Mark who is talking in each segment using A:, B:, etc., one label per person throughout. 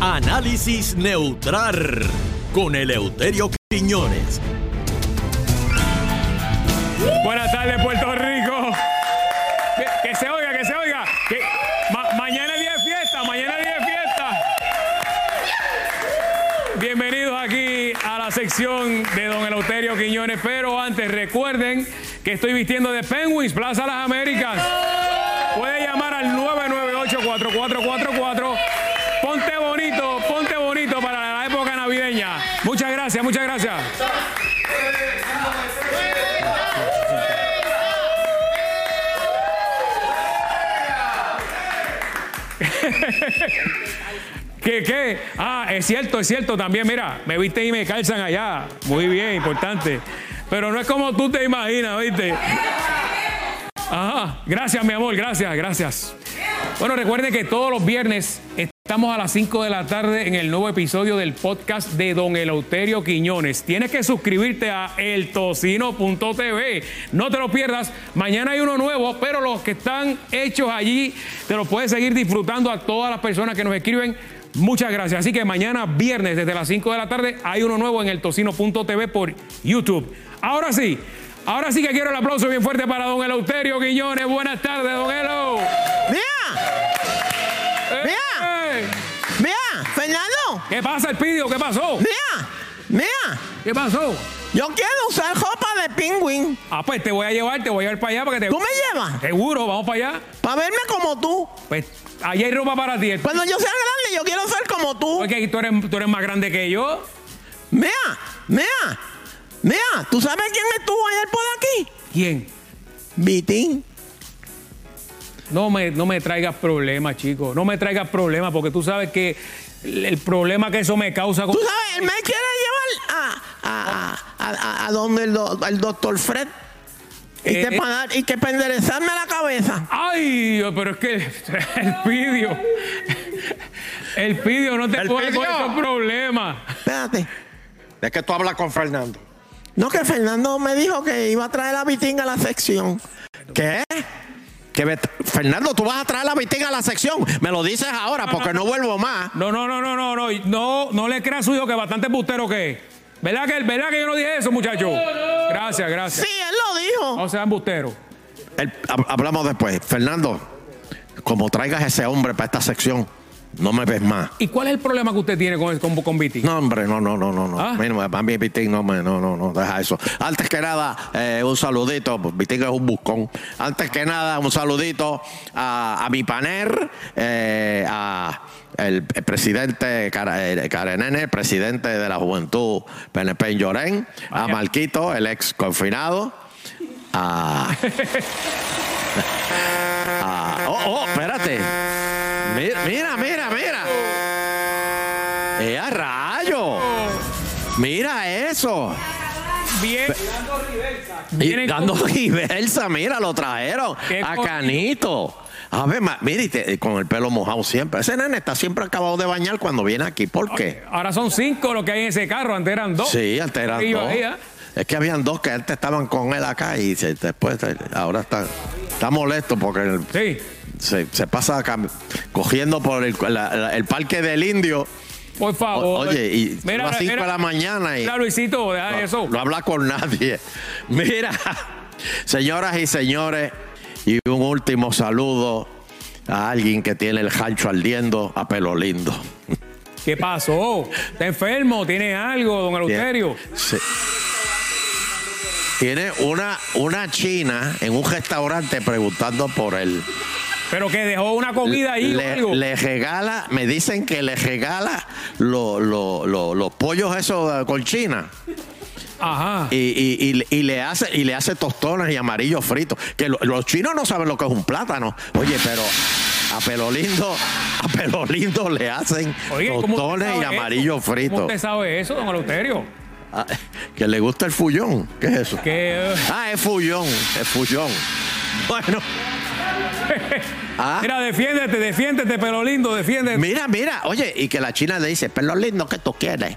A: Análisis neutral con Eleuterio Quiñones.
B: Buenas tardes, Puerto Rico. Que, que se oiga, que se oiga. Que, ma- mañana es día de fiesta, mañana es día de fiesta. Bienvenidos aquí a la sección de Don Eleuterio Quiñones. Pero antes, recuerden que estoy vistiendo de Penguins, Plaza Las Américas. Puede llamar al 998-4444. Ponte bonito, ponte bonito para la época navideña. Muchas gracias, muchas gracias. ¿Qué, qué? Ah, es cierto, es cierto también. Mira, me viste y me calzan allá. Muy bien, importante. Pero no es como tú te imaginas, ¿viste? Ajá, Ah, gracias, mi amor, gracias, gracias. Bueno, recuerden que todos los viernes estamos a las 5 de la tarde en el nuevo episodio del podcast de Don Eleuterio Quiñones. Tienes que suscribirte a eltocino.tv. No te lo pierdas. Mañana hay uno nuevo, pero los que están hechos allí te los puedes seguir disfrutando a todas las personas que nos escriben. Muchas gracias. Así que mañana viernes desde las 5 de la tarde hay uno nuevo en eltocino.tv por YouTube. Ahora sí, Ahora sí que quiero el aplauso bien fuerte para don Eleuterio Guillones. Buenas tardes, don Elo.
C: ¡Mira! Vea.
B: ¡Eh!
C: ¡Mira! ¡Fernando!
B: ¿Qué pasa, Elpidio? ¿Qué pasó?
C: ¡Mira! ¡Mira!
B: ¿Qué pasó?
C: Yo quiero usar ropa de pingüín.
B: Ah, pues te voy a llevar, te voy a llevar para allá para que te...
C: ¿Tú me llevas?
B: Seguro, vamos para allá.
C: Para verme como tú.
B: Pues ahí hay ropa para ti.
C: Cuando yo sea grande, yo quiero ser como tú.
B: Porque tú eres, tú eres más grande que yo.
C: ¡Mira! ¡Mira! ¡Mira! ¿Tú sabes quién estuvo ayer por aquí?
B: ¿Quién?
C: Vitín.
B: No me, no me traigas problemas, chico. No me traigas problemas porque tú sabes que el el problema que eso me causa... Con...
C: ¿Tú sabes? Él me quiere llevar a, a, a, a- a donde el, do- al doctor Fred. Y,
B: Eh,
C: que
B: eh.
C: para, y que para enderezarme la cabeza.
B: Ay, pero es que Elpidio... Elpidio, no te pongas con
D: Elpidio.
B: esos problemas.
C: Espérate.
D: Es que tú hablas con Fernando.
C: No, que Fernando me dijo que iba a traer a Vitín a la sección.
D: ¿Qué? Que me- Fernando, tú vas a traer la vitín a la sección. Me lo dices ahora porque no vuelvo más.
B: No, no, no, no, no, no, no, no le crea a su hijo que bastante putero que es. ¿Verdad que, ¿Verdad que yo no dije eso, muchacho? Gracias,
C: Sí,
B: gracias.
C: él lo dijo.
B: No sean busteros.
D: El- hab- hablamos después. Fernando, como traigas ese hombre para esta sección, no me ves más.
B: ¿Y cuál es el problema que usted tiene con, con, con Viti?
D: No, hombre, no, no, no, no, no.
B: ¿Ah?
D: Mira, a mí Vitín no me, no, no, no, deja eso. Antes que nada, eh, un saludito, Vitín es un buscón. Antes que nada, un saludito a, a mi paner, eh, a el, el presidente Cara- eh, Carenene, el presidente de la juventud PNP en Llorén, a Marquito, el ex confinado, a... a- oh, oh, espérate. Mira, mira, mira, mira. ¡Eh, a rayo! Mira eso.
B: Bien.
D: Y
B: Vienen
D: dando
B: con-
D: reversa, mira, lo trajeron
B: Qué
D: a
B: co-
D: Canito. A ver, ma- mira, y te- con el pelo mojado siempre. Ese nene está siempre acabado de bañar cuando viene aquí. ¿Por qué?
B: Ahora son cinco los que hay en ese carro, antes eran dos.
D: Sí, antes eran
B: Y yo
D: dos.
B: oh. ahí, ¿ah?
D: Es que habían dos que antes estaban con él acá y se- después eh, ahora está, está molesto porque el-
B: Sí.
D: se, se pasa cam- cogiendo por el, la- la- el parque del indio.
B: Por favor.
D: O- oye, y son las cinco de la mañana y- Ah.
B: Mira, Luisito, deja de eso.
D: No habla con nadie. Mira, señoras y señores, y un último saludo a alguien que tiene el hancho ardiendo a pelo lindo.
B: ¿Qué pasó? ¿Está enfermo? ¿Tiene algo, don Eleuterio?
D: Sí. Tiene una, una china en un restaurante preguntando por él.
B: Pero que dejó una comida ahí o algo.
D: le, le regala, me dicen que le regala lo- lo- lo- los pollos esos con china.
B: Ajá.
D: y, y- y- y le hace y le hace tostones y amarillos fritos que lo- los chinos no saben lo que es un plátano oye pero a pelo lindo a pelo lindo le hacen
B: Oye, ¿cómo usted
D: tostones y
B: sabe
D: amarillos
B: eso? ¿Cómo
D: fritos
B: usted sabe eso, don Eleuterio?
D: Ah, que le gusta el fullón qué es eso
B: Que...
D: ah es fullón es fullón bueno Ah.
B: Mira, defiéndete, defiéndete, pero lindo, defiéndete.
D: mira mira oye y que la china le dice pelo lindo que tú quieres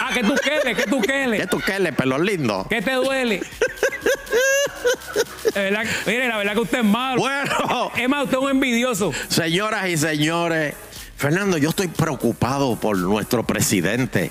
B: Ah, que tú queles, que tú
D: que
B: queles,
D: tú quieres pelo lindo
B: que te duele. De verdad que- mire, la verdad que usted es malo.
D: bueno
B: Es más, usted es un envidioso.
D: Señoras y señores, Fernando, yo estoy preocupado por nuestro presidente,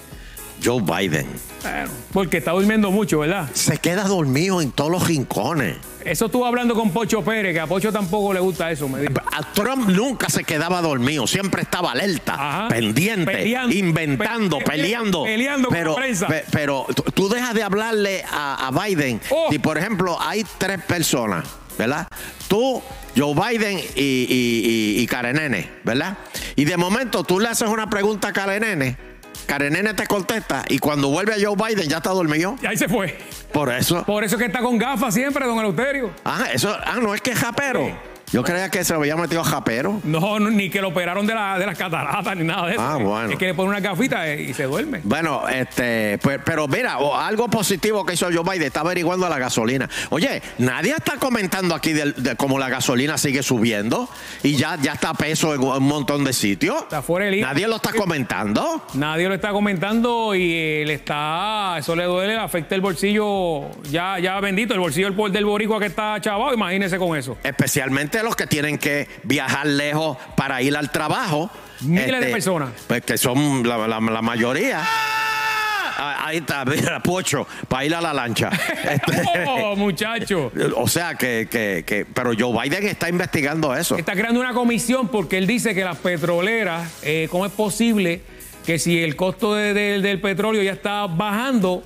D: Joe Biden.
B: Bueno, porque está durmiendo mucho, ¿verdad?
D: Se queda dormido en todos los rincones.
B: Eso estuvo hablando con Pocho Pérez, que a Pocho tampoco le gusta eso, me dijo.
D: A Ah, Trump nunca se quedaba dormido, siempre estaba alerta,
B: Ajá.
D: pendiente,
B: Peleando,
D: inventando,
B: pe-
D: peleando.
B: peleando con
D: pero,
B: la prensa.
D: pe- pero tú- tú dejas de hablarle a, a Biden.
B: Oh.
D: Y por ejemplo, hay tres personas, ¿verdad? Tú, Joe Biden y, y, y- y Karenene, ¿verdad? Y de momento tú le haces una pregunta a Karenene. Karenene te contesta y cuando vuelve a Joe Biden ya está dormido.
B: Y ahí se fue.
D: Por eso.
B: Por eso es que está con gafas siempre, don Eleuterio.
D: Ah, eso. Ah, no es que es japero. Yo creía que se lo había metido a japero.
B: No, no, ni que lo operaron de, la, de las cataratas ni nada de eso.
D: Ah, bueno.
B: Es que le pone una gafita eh, y se duerme.
D: Bueno, este, pues, pero mira, o- algo positivo que hizo Joe Biden está averiguando la gasolina. Oye, nadie está comentando aquí del- de, cómo la gasolina sigue subiendo y ya, ya está a peso en un montón de sitios.
B: Está fuera de liga.
D: Nadie lo está comentando.
B: Nadie lo está comentando y eh, le está. Eso le duele, le afecta el bolsillo. Ya, ya bendito, el bolsillo del, po- del boricua que está chavado, imagínese con eso.
D: Especialmente los que tienen que viajar lejos para ir al trabajo.
B: Miles de personas.
D: Pues que son la, la- la mayoría. Ah, Ahí está, mira, Pocho, para ir a la lancha. Este,
B: ¡Oh, muchacho!
D: O sea que, que- que- pero Joe Biden está investigando eso.
B: Está creando una comisión porque él dice que las petroleras, eh, ¿cómo es posible que si el costo de- de- del petróleo ya está bajando,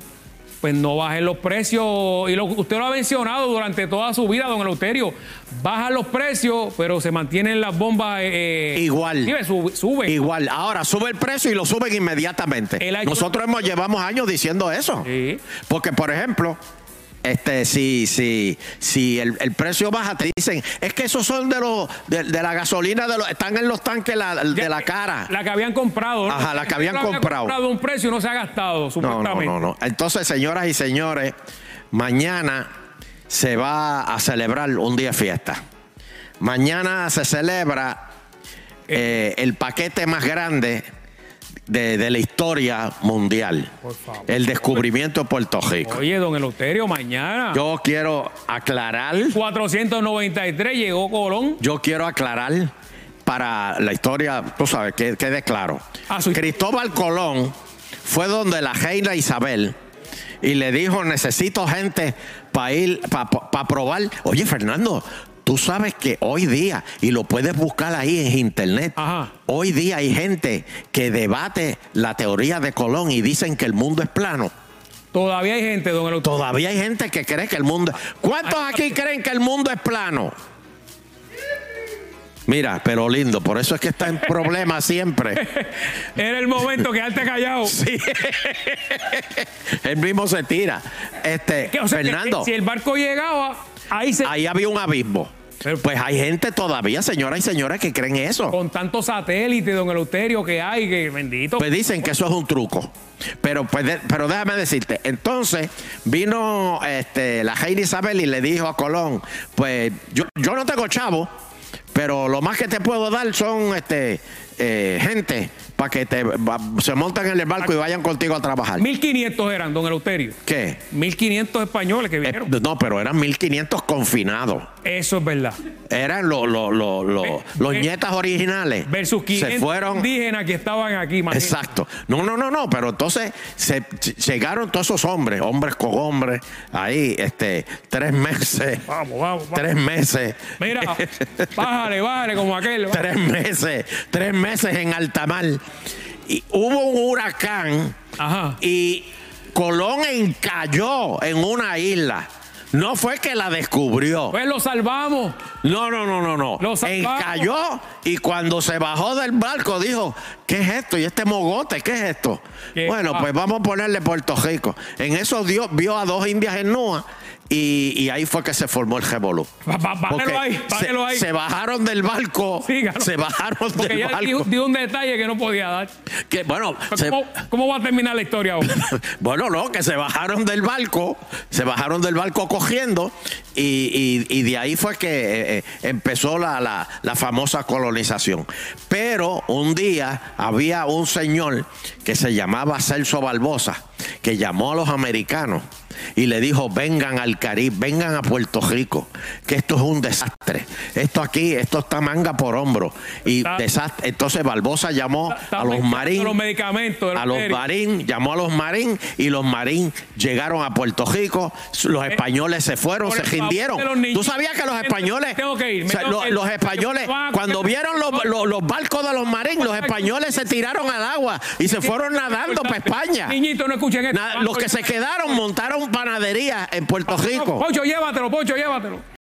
B: pues no bajen los precios? Y lo- usted lo ha mencionado durante toda su vida, don Eleuterio. Bajan los precios, pero se mantienen las bombas. eh,
D: Igual.
B: Sube, sube.
D: Igual, ahora sube el precio y lo suben inmediatamente.
B: Él ha hecho-
D: Nosotros hemos llevamos años diciendo eso.
B: Sí.
D: Porque, por ejemplo, este, si, si, si el, el precio baja, te dicen, es que esos son de los de, de la gasolina, de los, están en los tanques la- de la cara.
B: La que habían comprado. ¿no?
D: Ah. Ajá, la que habían
B: Había
D: comprado.
B: comprado un precio y no se ha gastado,
D: No, no,
B: supuestamente.
D: no, no. Entonces, señoras y señores, mañana se va a celebrar un día de fiesta. Mañana se celebra eh, el paquete más grande de, de la historia mundial.
B: Por favor.
D: El descubrimiento de Puerto Rico.
B: Oye, don Eleuterio, mañana.
D: Yo quiero aclarar,
B: 493 llegó Colón.
D: yo quiero aclarar para la historia, tú sabes, que quede claro.
B: Ah, su-
D: Cristóbal Colón fue donde la reina Isabel y le dijo, necesito gente para ir, para probar. Oye, Fernando, tú sabes que hoy día, y lo puedes buscar ahí en internet,
B: Ajá.
D: hoy día hay gente que debate la teoría de Colón y dicen que el mundo es plano.
B: Todavía hay gente, don Eleuterio.
D: Todavía hay gente que cree que el mundo. ¿Cuántos aquí creen que el mundo es plano? Mira, pero lindo, por eso es que está en problemas siempre.
B: Era el momento, quedarte callado.
D: Él mismo se tira. Este,
B: Que, o sea, que
D: Fernando,
B: si el barco llegaba, ahí se.
D: ahí había un abismo.
B: Pero-
D: Pues hay gente todavía, señoras y señores, que creen eso.
B: Con tantos satélites, don Eleuterio, que hay, que bendito.
D: Pues dicen que eso es un truco. Pero, pues, de- pero déjame decirte, entonces vino este, la reina Isabel y le dijo a Colón, pues yo, yo no tengo chavo, pero lo más que te puedo dar son este, eh, gente para que te, va- se montan en el barco y vayan contigo a trabajar.
B: 1500 eran, don Eleuterio.
D: ¿Qué?
B: 1500 españoles que
D: Eh,
B: vinieron.
D: no, pero eran 1500 confinados.
B: Eso es verdad.
D: Eran los los los- los-
B: Ve-
D: los
B: ve-
D: nietas originales.
B: Versus 500
D: Se fueron.
B: indígenas que estaban aquí, imagínate.
D: Exacto. No, no, no, no. Pero entonces se, ch- llegaron todos esos hombres, hombres con hombres, ahí, este, tres meses.
B: Vamos, vamos, vamos.
D: Tres meses.
B: Mira, bájale, bájale, como aquel.
D: tres meses. Tres meses en alta mar. Y hubo un huracán
B: Ajá.
D: y Colón encalló en una isla. No fue que la descubrió.
B: Pues lo salvamos.
D: No, no, no, no, no.
B: Lo salvamos.
D: Encalló y cuando se bajó del barco dijo, ¿qué es esto? ¿Y este mogote? ¿Qué es esto?
B: ¿Qué?
D: Bueno,
B: Ah.
D: pues vamos a ponerle Puerto Rico. En eso dio- vio a dos indias en Nua y, y ahí fue que se formó el revolú.
B: Pa- pa- párenlo
D: Porque
B: ahí,
D: se-
B: párenlo ahí.
D: se, bajaron del barco.
B: Sí, claro.
D: Se bajaron
B: Porque
D: del
B: ya
D: barco.
B: dio, dio un detalle que no podía dar.
D: Que, bueno,
B: Pero
D: se-
B: ¿Cómo, cómo va a terminar la historia ahora?
D: bueno, no, que se bajaron del barco, se bajaron del barco cogiendo y, y- y de ahí fue que eh, eh, empezó la, la- la famosa colonización. Pero un día había un señor que se llamaba Celso Barbosa, que llamó a los americanos y le dijo, vengan al Caribe, vengan a Puerto Rico, que esto es un desastre. Esto aquí, esto está manga por hombro. Y
B: Está-
D: desastre. entonces Barbosa llamó
B: Está
D: a los
B: mezclando
D: marines
B: los medicamentos de los
D: a los
B: médicos.
D: marín, llamó a los marín y los marín llegaron a Puerto Rico, los españoles se
B: Eh,
D: fueron,
B: por
D: se
B: el favor
D: rindieron.
B: de los niños.
D: Tú sabías que los españoles,
B: Tengo que ir, me
D: o sea,
B: tengo
D: lo-
B: que ir.
D: los españoles,
B: Yo voy a-
D: cuando vieron los, los- los barcos de los marín, los españoles se tiraron al agua y se fueron nadando para España.
B: Niñito, no escuchen esto.
D: Na- los que se quedaron montaron panaderías en Puerto Rico.
B: Pocho, llévatelo, Pocho, llévatelo.